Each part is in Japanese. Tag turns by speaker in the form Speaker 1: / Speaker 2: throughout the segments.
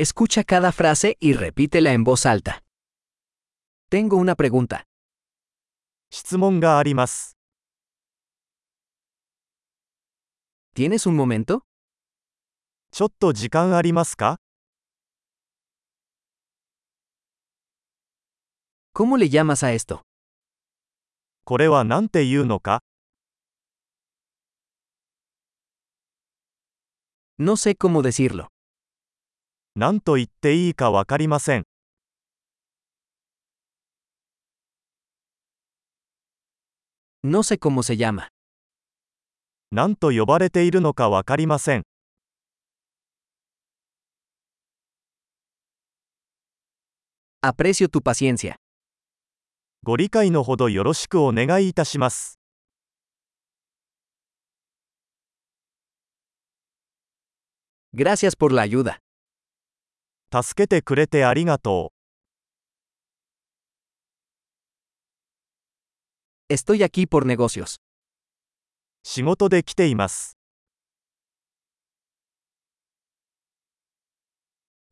Speaker 1: Escucha cada frase y repítela en voz alta. Tengo una pregunta.
Speaker 2: 質問があります。
Speaker 1: ¿Tienes un momento?
Speaker 2: ちょっと時間ありますか
Speaker 1: ¿Cómo le llamas a esto?
Speaker 2: これは何て言うのか
Speaker 1: No sé cómo decirlo.
Speaker 2: 何と言っていいかわかりません。
Speaker 1: No sé cómo se llama.
Speaker 2: 何と呼ばれているのかわかりません。
Speaker 1: Aprecio tu paciencia.
Speaker 2: ご理解のほどよろしくお願いいたします。
Speaker 1: Gracias por la ayuda.
Speaker 2: 助けてくれてありがと
Speaker 1: Estoy aquí por negocios.
Speaker 2: う。仕事で来ています。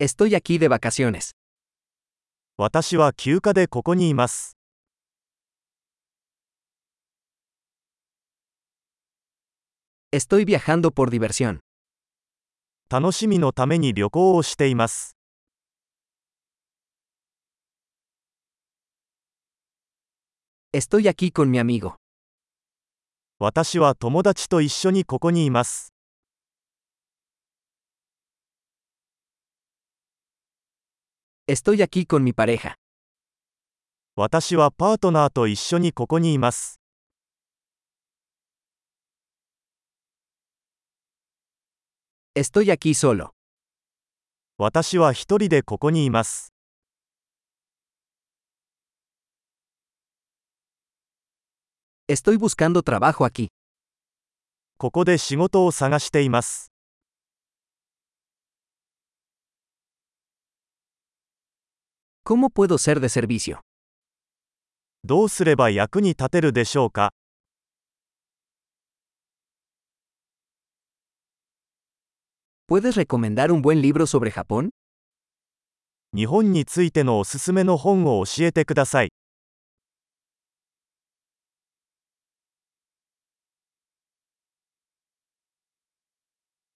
Speaker 1: Estoy aquí de vacaciones.
Speaker 2: 私は休暇でここにいます。
Speaker 1: Estoy viajando por diversión.
Speaker 2: 楽しみのために旅行をしています。
Speaker 1: Estoy aquí con mi amigo.
Speaker 2: 私は友達と一緒にここにいます。
Speaker 1: Estoy aquí con mi pareja.
Speaker 2: 私はパートナーと一緒にここにいます。
Speaker 1: Estoy aquí solo.
Speaker 2: 私は一人でここにいます。
Speaker 1: Estoy buscando trabajo aquí.
Speaker 2: ここで仕事を探しています。
Speaker 1: ¿Cómo puedo ser de servicio?
Speaker 2: どうすれば役に立てるでしょうか
Speaker 1: ¿Puedes recomendar un buen libro sobre Japón?
Speaker 2: 日本についてのおすすめの本を教えてください。